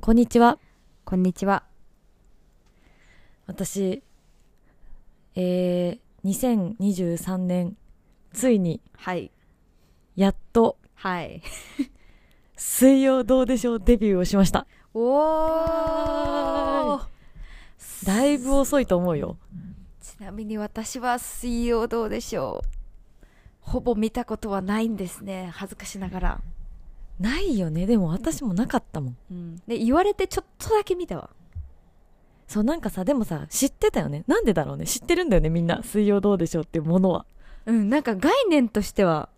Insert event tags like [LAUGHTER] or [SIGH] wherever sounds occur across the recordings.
こんにちはこんにちは。私えー、2023年ついにはい。やっとはい。 「水曜どうでしょう」デビューをしましたおーだいぶ遅いと思うよちなみに私は水曜どうでしょう。ほぼ見たことはないんですね。恥ずかしながら。ないよねでも私もなかったもんうん。で、言われてちょっとだけ見たわ。そうなんかさでもさ知ってたよねなんでだろうね知ってるんだよねみんな「水曜どうでしょう」っていうものは。うん、なんか概念としては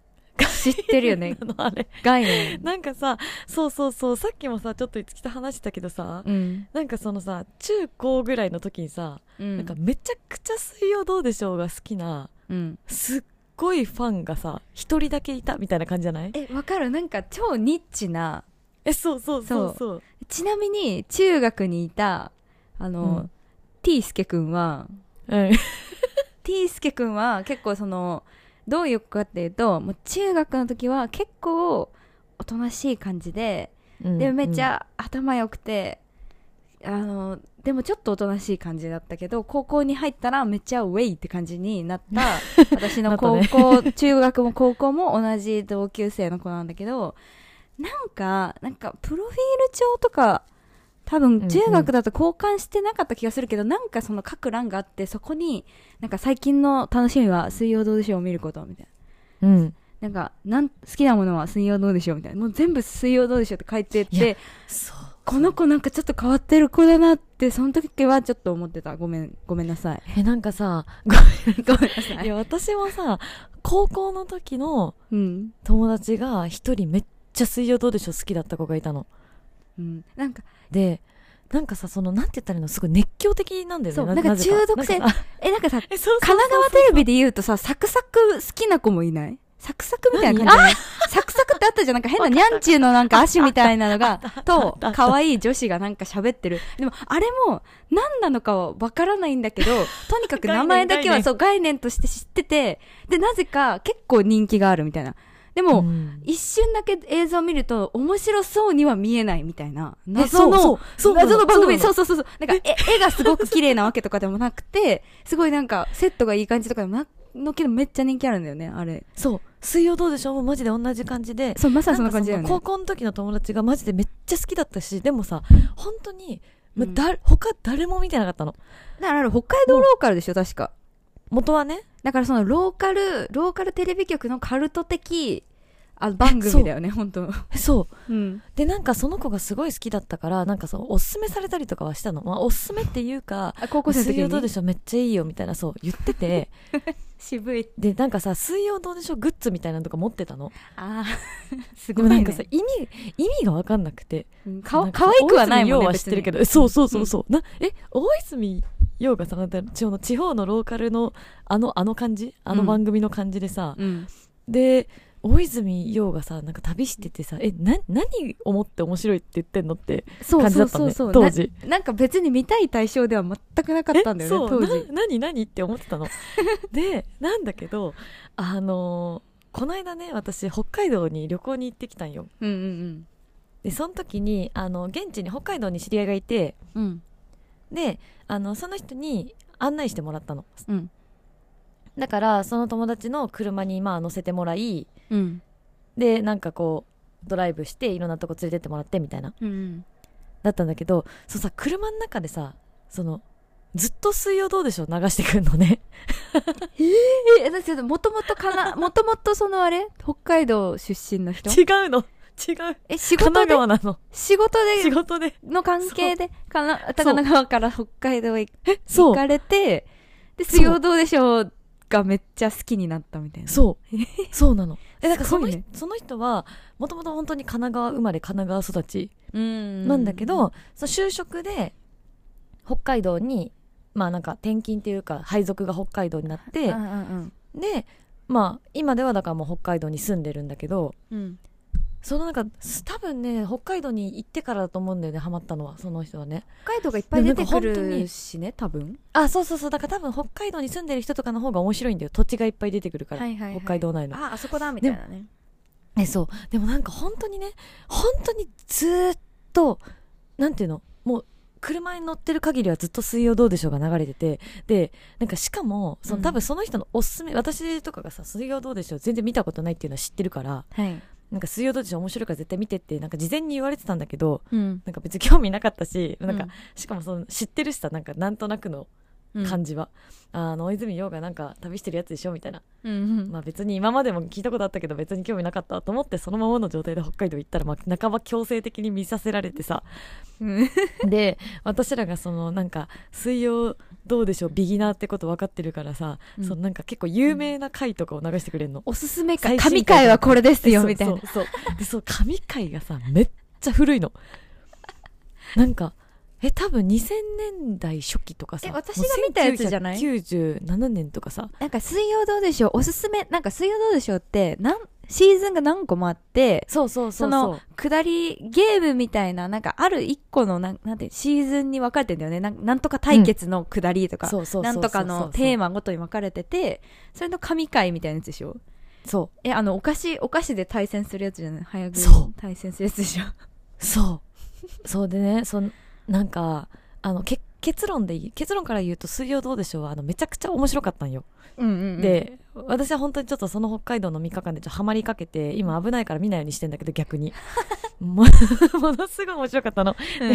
知ってるよねなの [LAUGHS] あれ [LAUGHS] 概念。なんかさそうそうそうさっきもさちょっといつきと話してたけどさ、うん。なんかそのさ中高ぐらいの時にさ、うん。なんかめちゃくちゃ「水曜どうでしょう」が好きなうん。すっごいファンがさ一人だけいたみたいな感じじゃないえ、わかるなんか超ニッチな。えそうそうそうそうちなみに中学にいた、あの、うんティースケくんは、うんティースケくんは結構そのどういう子かっていうともう中学の時は結構おとなしい感じで、うんでもめっちゃ頭良くて、あのでもちょっとおとなしい感じだったけど高校に入ったらめっちゃウェイって感じになった [LAUGHS] 私の高校、中学も高校も同じ同級生の子なんだけどなんかなんかプロフィール帳とか多うんう分ん中学だと交換してなかった気がするけど、なんかその書く欄があってそこになんか最近の楽しみは水曜どうでしょうを見ることみたいうん、うんななんかなん好きなものは水曜どうでしょうみたいなもう全部水曜どうでしょうって書いてっいてそうこの子なんかちょっと変わってる子だなってその時はちょっと思ってたごめんごめんなさいえなんかさごめんなさいい、や私もさ高校の時の [LAUGHS] うん友達が一人めっちゃ「水曜どうでしょう」好きだった子がいたのうん、なんかでなんかさそのなんて言ったらいいのすごい熱狂的なんだよねそうなんかぜ中毒性なんかさえなんかさえそうそう神奈川テレビで言うとさサクサク好きな子もいないサクサクみたいな感じじゃないサクサクってあったじゃんなんか変なニャンチューのなんか足みたいな [LAUGHS] のがと可愛い女子がなんか喋ってるでもあれも何なのかはわからないんだけ [LAUGHS] どとにかく名前だ概けは念そう概念として知っててでなぜか結構人気があるみたいなでも、うん一瞬だけ映像を見ると面白そうには見えないみたいなえ謎そうのそうそうなの謎の番組そそううそうそうそうなんか絵絵がすごく綺麗なわけとかでもなくてすごいなんかセットがいい感じとかでもなのけどめっちゃ人気あるんだよねあれそう「水曜どうでしょう」もマジで同じ感じでそうまさにそんなんかな感じだよのね高校の時の友達がマジでめっちゃ好きだったしでもさ本当に、まあうんだ他誰も見てなかったのだからあれ北海道ローカルでしょ確か元はねだからそのローカルローカルテレビ局のカルト的あ番組だよね本当えそううんでなんかその子がすごい好きだったからなんかそうおすすめされたりとかはしたの、まあ、おすすめっていうかあ高「校生の水時曜どうでにしょうめっちゃいいよ」みたいなそう言ってて渋いでなんかさ「水曜どうでしょう」グッズみたいなのとか持ってたのあー [LAUGHS] すでごいもねなんかさ意味意味が分かんなくてうんなかんか可愛くはないもん大泉洋ねは知っ別てるにけどえそうそうそうそう、なえ大泉洋がさなんだろう地方の地方のローカルのあのあの感じあのうん番組の感じでさ、うんで大泉洋がさなんか旅しててさえな何思って面白いって言ってんのってそう感じそだうったそねうそう当時ななんか別に見たい対象では全くなかったんだよねえそう当時な何何って思って [LAUGHS] たのでなんだけどあのーこの間ね私北海道に旅行に行ってきたんようんうんでその時にあの現地に北海道に知り合いがいてうんうんであのその人に案内してもらったのうんだからその友達の車にまあ乗せてもらいうんでなんかこうドライブしていろんなとこ連れてってもらってみたいなうんだったんだけどそうさ車の中でさそのずっと「水曜どうでしょう」流してくんのねえだけどもともとか [LAUGHS] なもともとそのあれ北海道出身の人違うの違うえ仕神事奈で川なの仕事仕で事での関係でかな神奈川から北海道へそ行うかれてそでう水曜どうでしょうがめっちゃ好きになったみたいなそうそうなのえだからすそごの,、いねその人はもともと本当に神奈川生まれ神奈川育ちうんなんだけど、その就職で北海道にまあなんか転勤っていうか配属が北海道になっうんてうんでまあ今ではだからもう北海道に住んでるんだけどうんそのなんかす多分ね北海道に行ってからだと思うんだよねハマったのはその人はね北海道がいっぱい出てくでもなんか本当にるしね多分あそうそうそうだから多分北海道に住んでる人とかの方が面白いんだよ土地がいっぱい出てくるから、いは北海道内のああそこだみたいなねえそうでもなんか本当にね本当にずーっとなんていうのもう車に乗ってる限りはずっと「水曜どうでしょう」が流れててでなんかしかもそうんの多分その人のおすすめ、私とかがさ「水曜どうでしょう」全然見たことないっていうのは知ってるからはい、 「なんか水曜どうでしょう」面白いから絶対見てってなんか事前に言われてたんだけどうん、なんか別に興味なかったしなんか、うしかもその知ってるしさなんかなんとなくの感じは、あの大泉洋がなんか旅してるやつでしょみたいな、うんうんまあ、別に今までも聞いたことあったけど別に興味なかったと思ってそのままの状態で北海道行ったら、まあ、半ば強制的に見させられて [LAUGHS] さうんで私らがそのなんか水曜どうでしょうビギナーってこと分かってるからさ、うんそのなんか結構有名な回とかを流してくれるの。おすすめか最新神回はこれですよそうみたいなそうそうでそう神回がさめっちゃ古いのなんかえ多分2000年代初期とかさえ私が見たやつじゃないもう1997年とかさなんか水曜どうでしょうおすすめなんか水曜どうでしょうってなんシーズンが何個もあってそうそうそそうそうの下りゲームみたいななんかある一個のなんなんてシーズンに分かれてんだよねなんなんとか対決の下りとか、そうそうそうそうなんとかのテーママごとに分かれててそれの神回みたいなやつでしょそえあのお菓子お菓子で対戦するやつじゃない早食いそう対戦するやつ [LAUGHS] でしょうそうそうでねそのなんかあのけ結論でいい結論から言うと「水曜どうでしょう」はあのめちゃくちゃ面白かったんよ、うんうんうん、で私は本当にちょっとその北海道の3日間でちょっとハマりかけて今危ないから見ないようにしてんだけど逆 [LAUGHS] にもものすごい面白かったのうん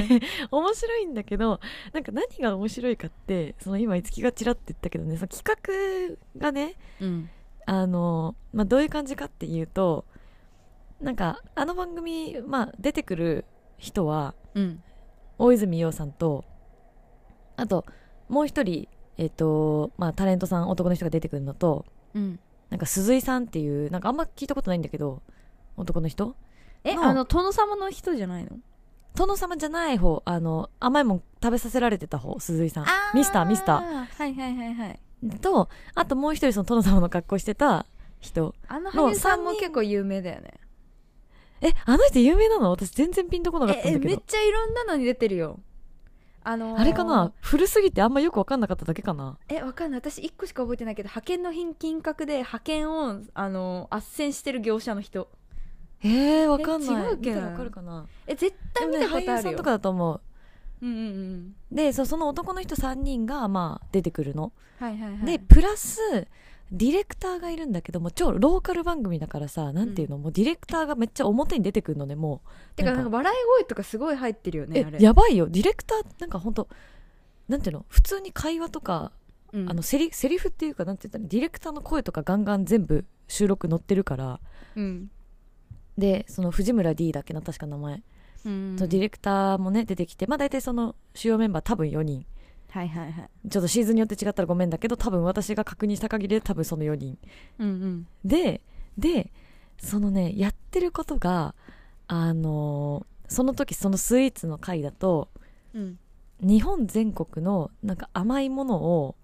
面白いんだけどなんか何が面白いかってその今五木がちらって言ったけどねその企画がねうんあの、まあ、どういう感じかっていうとなんかあの番組、まあ、出てくる人はうん大泉洋さんとあともう一人、えっとまあ、タレントさん男の人が出てくるのとうんなんか鈴井さんっていうなんかあんま聞いたことないんだけど男の人えのあの殿様の人じゃないの殿様じゃない方あの甘いもん食べさせられてた方鈴井さんミスターミスターはいはいはいはいとあともう一人その殿様の格好してた人あの俳優さんのも三人結構有名だよねえあの人有名なの私全然ピンとこなかったんええだけめっどちゃいろんなのに出てるよあのーあれかな古すぎてあんまよく分かんなかっただけかなえわかんない私1個しか覚えてないけど派遣の品金額で派遣をあのー斡旋してる業者の人えー、分かんないえ違うっけ見たら分かるかなえ絶対見たことあでもねる俳よ、優さんとかだと思ううんうんうんでそその男の人3人がまあ出てくるの、はいはいはいでプラスディレクターがいるんだけどもう超ローカル番組だからさなんていうの、もうディレクターがめっちゃ表に出てくるのねもてかなんなかんか笑い声とかすごい入ってるよねあう、れえやばいよディレクターなんかほんとなんていうの普通に会話とかうんあのセリセリフっていうかなんて言ったらディレクターの声とかガンガン全部収録載ってるからうんでその藤村 D だっけな確か名前、うんとディレクターもね出てきてまあ大体その主要メンバー多分4人はいはいはいちょっとシーズンによって違ったらごめんだけど多分私が確認した限りで多分その4人うんうんででそのねやってることがあのーその時そのスイーツの回だとうん日本全国のなんか甘いものを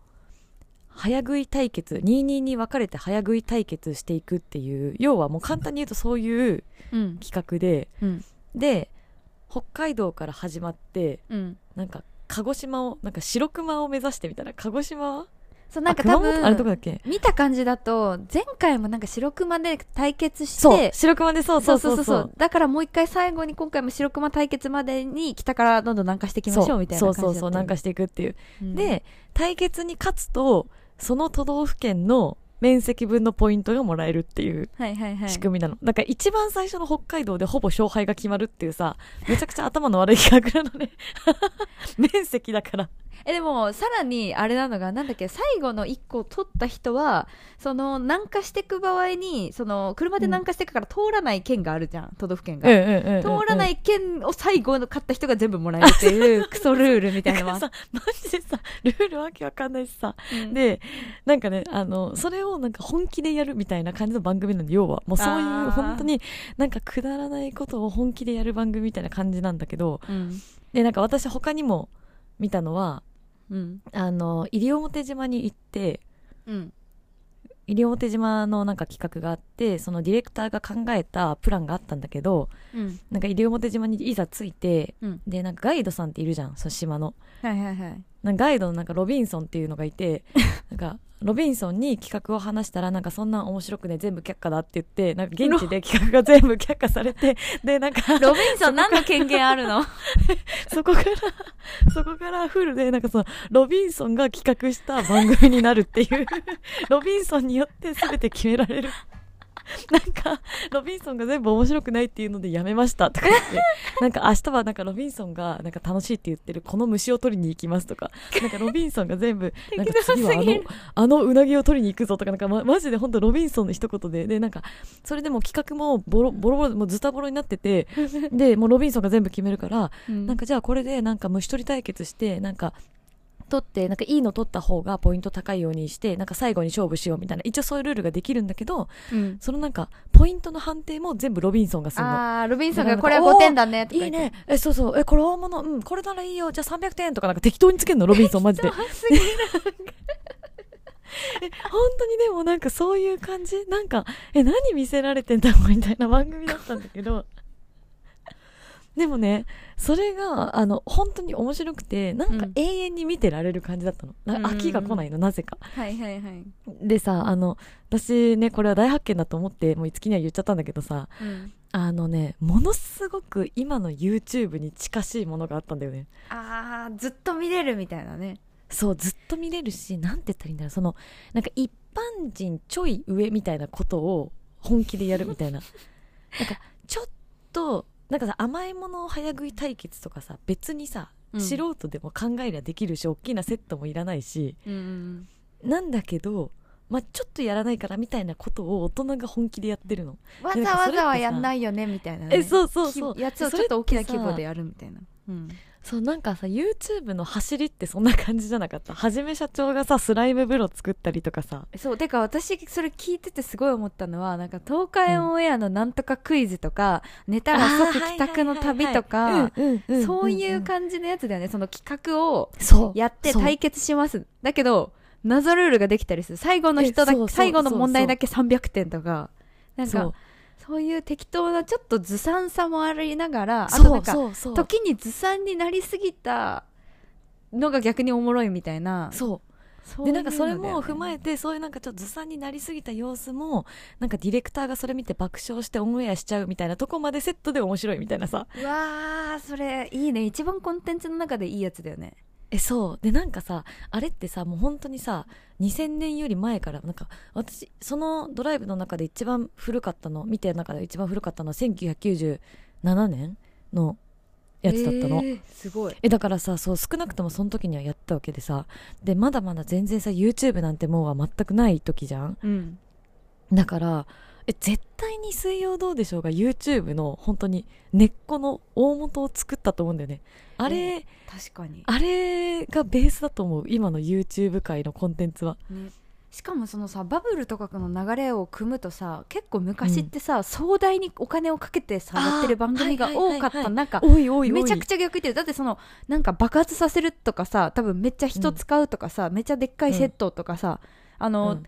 早食い対決2人に分かれて早食い対決していくっていう要はもう簡単に言うとそういううん企画でうんで北海道から始まってうんなんか鹿児島をなんか白熊を目指してみたいな鹿児島はそうなんかあ熊多本あれどこ分だっけ見た感じだと前回もなんか白熊で対決してそう白熊でそうそうそうそうだからもう一回最後に今回も白熊対決までに北からどんどん南下していきましょうみたいなそ感うじそだうったそようね南下していくっていう、うんで対決に勝つとその都道府県の面積分のポイントがもらえるっていうはいはいはい仕組みなの、だから一番最初の北海道でほぼ勝敗が決まるっていうさめちゃくちゃ頭の悪い企画なのね [LAUGHS] 面積だからえでもさらにあれなのがなんだっけ最後の1個を取った人はその南下していく場合にその車で南下していくから通らない県があるじゃん都道府県が、ん通らないい県を最後の勝った人が全部もらえるっていうクソルールみたいだからなのはさマジでさルールわけわかんないしさ、うんでなんかねあのそれをなんか本気でやるみたいな感じの番組なんで要はもうそういあうー本当になんかくだらないことを本気でやる番組みたいな感じなんだけどうんでなんか私他にも見たのはうんあの西表島に行ってうん西表島のなんか企画があってそのディレクターが考えたプランがあったんだけどうんなんか西表島にいざ着いて、うんでなんかガイドさんっているじゃんその島のはいはいはいなんかガイドのなんかロビンソンっていうのがいてなんかロビンソンに企画を話したらなんかそんなん面白くね全部却下だって言ってなんか現地で企画が全部却下されてでなん [LAUGHS] かロビンソン何の権限ある [LAUGHS] の [LAUGHS] そこからそこからフルでなんかそのロビンソンが企画した番組になるっていう [LAUGHS] ロビンソンによって全て決められる [LAUGHS] なんかロビンソンが全部面白くないっていうのでやめましたとか言 [LAUGHS] ってなんか明日はなんかロビンソンがなんか楽しいって言ってるこの虫を取りに行きますと [LAUGHS] かなんかロビンソンが全部なんか次はあ適当すぎるのあのうなぎを取りに行くぞとかなんか、ま、マジで本当ロビンソンの一言ででなんかそれでも企画もボロボロボロもうズタボロになっててでもうロビンソンが全部決めるからなんかじゃあこれでなんか虫取り対決してなんか取ってなんかいいの取った方がポイント高いようにしてなんか最後に勝負しようみたいな一応そういうルールができるんだけどうんそのなんかポイントの判定も全部ロビンソンがするの。あーロビンソンがこれは5点だねとかい言いねってえそうそうえこれ大物うんこれならいいよじゃあ300点とかなんか適当につけるのロビンソンマジで本すげえ当にでもなんかそういう感じなんかえ何見せられてんだろうみたいな番組だったんだけど [LAUGHS] でもねそれがあの本当に面白くてなんかうん永遠に見てられる感じだったの、なうんうんう飽んきが来ないのなぜかはいはいはい、でさあの私ねこれは大発見だと思ってもう樹には言っちゃったんだけどさうん、あのねものすごく今の YouTube に近しいものがあったんだよねあーずっと見れるみたいなねそうずっと見れるしなんて言ったらいいんだろうそのなんか一般人ちょい上みたいなことを本気でやるみたいな [LAUGHS] なんかちょっとなんかさ甘いものを早食い対決とかさ別にさ、うん素人でも考えりゃできるし大きなセットもいらないしうんなんだけど、まあ、ちょっとやらないからみたいなことを大人が本気でやってるの。わざわざはやんないよねみたいな、ね、えそうそうそうきやつをちょっと大きな規模でやるみたいな、うん、そうなんかさ YouTube の走りってそんな感じじゃなかったはじめ社長がさスライム風呂作ったりとかさそうてか私それ聞いててすごい思ったのはなんか東海オンエアのなんとかクイズとか、寝たら即帰宅の旅とかそういう感じのやつだよねその企画をじそうやってそう対決しますだけど謎ルールができたりする最後の人だえそうそうけ最後の問題だけ300点とかなんそかうそういう適当なちょっとずさんさもありながらあとそなんうかそうそう時にずさんになりすぎたのが逆におもろいみたいなそうそうでなんかそれも踏まえててそういうなんかちょっとずさんになりすぎた様子もなんかディレクターがそれ見て爆笑してオンエアしちゃうみたいなとこまでセットで面白いみたいなさうわーそれいいね一番コンテンツの中でいいやつだよねえそうでなんかさあれってさもう本当にさ2000年より前からなんか私そのドライブの中で一番古かったの見てる中で一番古かったのは1997年のやつだったの、えーすごいえだからさそう少なくともその時にはやってたわけでさでまだまだ全然さ YouTube なんてもうは全くない時じゃんうんだからえ絶対に「水曜どうでしょう」が YouTube の本当に根っこの大元を作ったと思うんだよねあれ、確かに、あれがベースだと思う今の YouTube 界のコンテンツはね、しかもそのさバブルとかの流れを組むとさ結構昔ってさ、壮大にお金をかけてさあーやってる番組がはいはいは多いかはいったなんかおいおいおいめちゃくちゃ逆言ってるだってそのなんか爆発させるとかさ多分めっちゃ人使うとかさ、めっちゃでっかいセットとかさ、あの、うん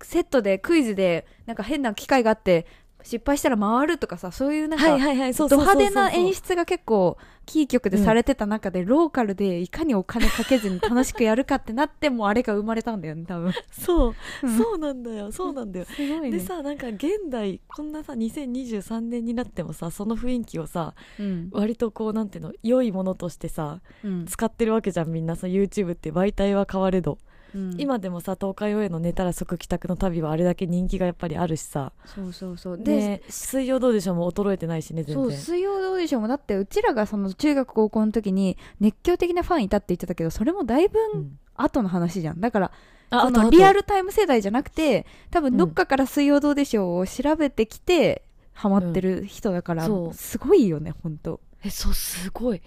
くセットでクイズでなんか変な機械があって失敗したら回るとかさそういうなんか、はいはいはいそうドそうそう派そう手な演出が結構キー局でされてた中で、ローカルでいかにお金かけずに楽しくやるかってなってもうあれが生まれたんだよね多分そううんそうなんだよそうなんだよすごいねでさなんか現代こんなさ2023年になってもさその雰囲気をさうん割とこうなんていうの良いものとしてさうん使ってるわけじゃんみんなさ YouTube って媒体は変われど、うん今でもさ東海オンエアの寝たら即帰宅の旅はあれだけ人気がやっぱりあるしさそうそうそうで、で水曜どうでしょうも衰えてないしね全そう然水曜どうでしょうもだってうちらがその中学高校の時に熱狂的なファンいたって言ってたけどそれもだいぶうん後の話じゃんだからあそあとあとのリアルタイム世代じゃなくて多分どっかから水曜どうでしょうを調べてきてハマってる人だかうら、んそうすごいよね本当えそうすごい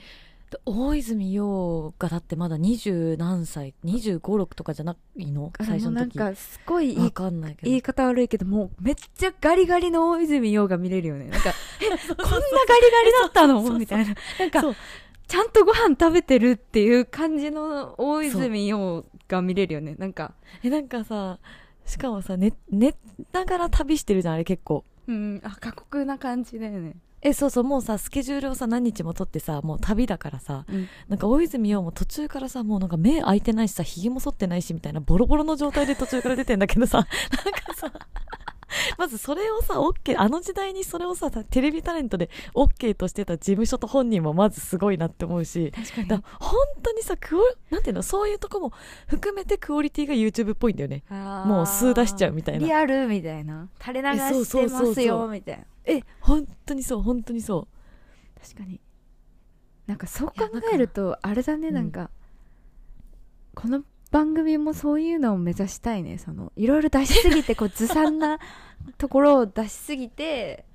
で大泉洋がだってまだ二十何歳2 5 6とかじゃないの最初もうのなん時かすごいいわいかんないけど言い方悪いけどもうめっちゃガリガリの大泉洋が見れるよね [LAUGHS] なんかえこんなガリガリだったのそうそうそうみたいななんかそうちゃんとご飯食べてるっていう感じの大泉洋が見れるよねなんかえなんかさしかもさ寝寝ながら旅してるじゃんあれ結構うんあ過酷な感じだよねえそうそうもうさスケジュールをさ何日も取ってさもう旅だからさうんなんか大泉洋も途中からさもうなんか目開いてないしさひげも剃ってないしみたいなボロボロの状態で途中から出てんだけどさ [LAUGHS] なんかさまずそれをさ OK あの時代にそれをさテレビタレントで OK としてた事務所と本人もまずすごいなって思うし確かにだから本当にさクオなんていうのそういうとこも含めてクオリティが YouTube っぽいんだよねあーもう数出しちゃうみたいなリアルみたいな垂れ流えそうしそてうそうそうますよみたいなえ本当にそう本当にそう確かになんかそういや考えるとあれだねうんなんか、この番組もそういうのを目指したいねそのいろいろ出しすぎてこうずさ [LAUGHS] んなところを出しすぎて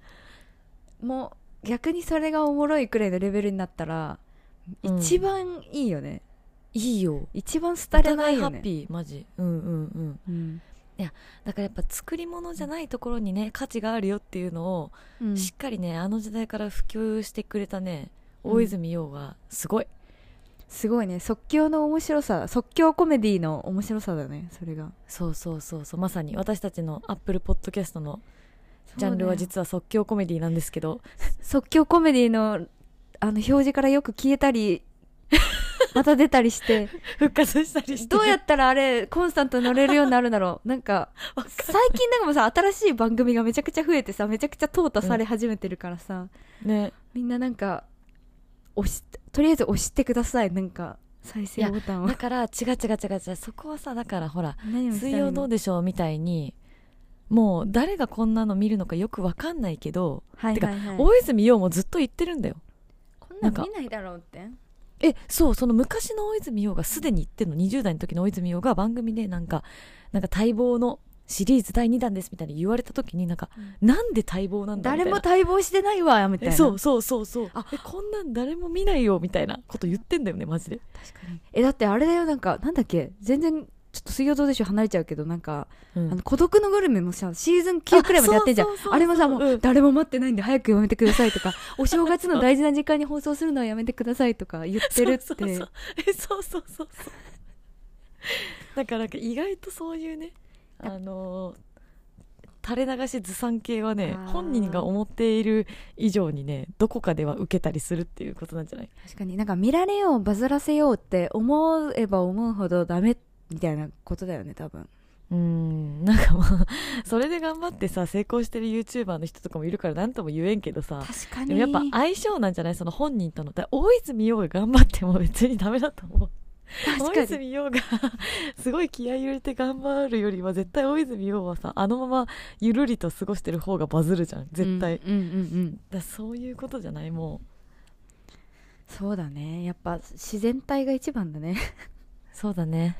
もう逆にそれがおもろいくらいのレベルになったら、うん一番いいよねいいよ一番お廃れな互いいハよッねピーマジうんうんうんうんだからやっぱ作り物じゃないところにね価値があるよっていうのうんをしっかりね、あの時代から普及してくれたねうん大泉洋がすごい、すごいね即興の面白さ即興コメディの面白さだねそれがそうそうそうそうまさに私たちのアップルポッドキャストのジャンルは実は即興コメディなんですけど即興コメディのあの表示からよく消えた [LAUGHS] りまた出たりして復活したりして [LAUGHS] どうやったらあれコンスタントに乗れるようになるんだろうなんかわか最近なんかもうさ新しい番組がめちゃくちゃ増えてさめちゃくちゃ淘汰され始めてるからさ、ねみんななんか押しとりあえず押してくださいなんか再生ボタンをだから違う違う違う違うそこはさだからほら何「をした水らいいの曜どうでしょう」みたいにもう誰がこんなの見るのかよくわかんないけど、はいはいはい大泉洋もずっと言ってるんだよこなんんなかん見ないだろうってえそうその昔の大泉洋がすでに言ってるの20代の時の大泉洋が番組でなんかなんか待望のシリーズ第2弾ですみたいに言われた時になんか、なんで待望なんだみた誰いなも待望してないわみたいえなそうそうそうそうあえこんなん誰も見ないよみたいなこと言ってんだよねマジで確かにえだってあれだよなんかなんだっけ全然ちょっと水曜どうでしょう離れちゃうけどなんか、うんあの孤独のグルメもさシーズン9くらいまでやってんじゃあんそうそうそうそうあれもさもう、うん誰も待ってないんで早くやめてください [LAUGHS] とかお正月の大事な時間に放送するのはやめてくださいとか言ってるってそうそうそうえそうそうそうそうだからなんか意外とそういうねあのー垂れ流しずさん系はねあー本人が思っている以上にねどこかでは受けたりするっていうことなんじゃない確かになんか見られようバズらせようって思えば思うほどダメみたいなことだよね多分うーんなんかまあ [LAUGHS] それで頑張ってさ成功してる YouTuber の人とかもいるから何とも言えんけどさ確かでもやっぱ相性なんじゃないその本人とのだ大泉洋が頑張っても別にダメだと思う確大かに泉洋が [LAUGHS] すごい気合い入れて頑張るよりは絶対大泉洋はさあのままゆるりと過ごしてる方がバズるじゃん絶対、だかうんうんうんうんらそういうことじゃないもうそうだねやっぱ自然体が一番だねそうだね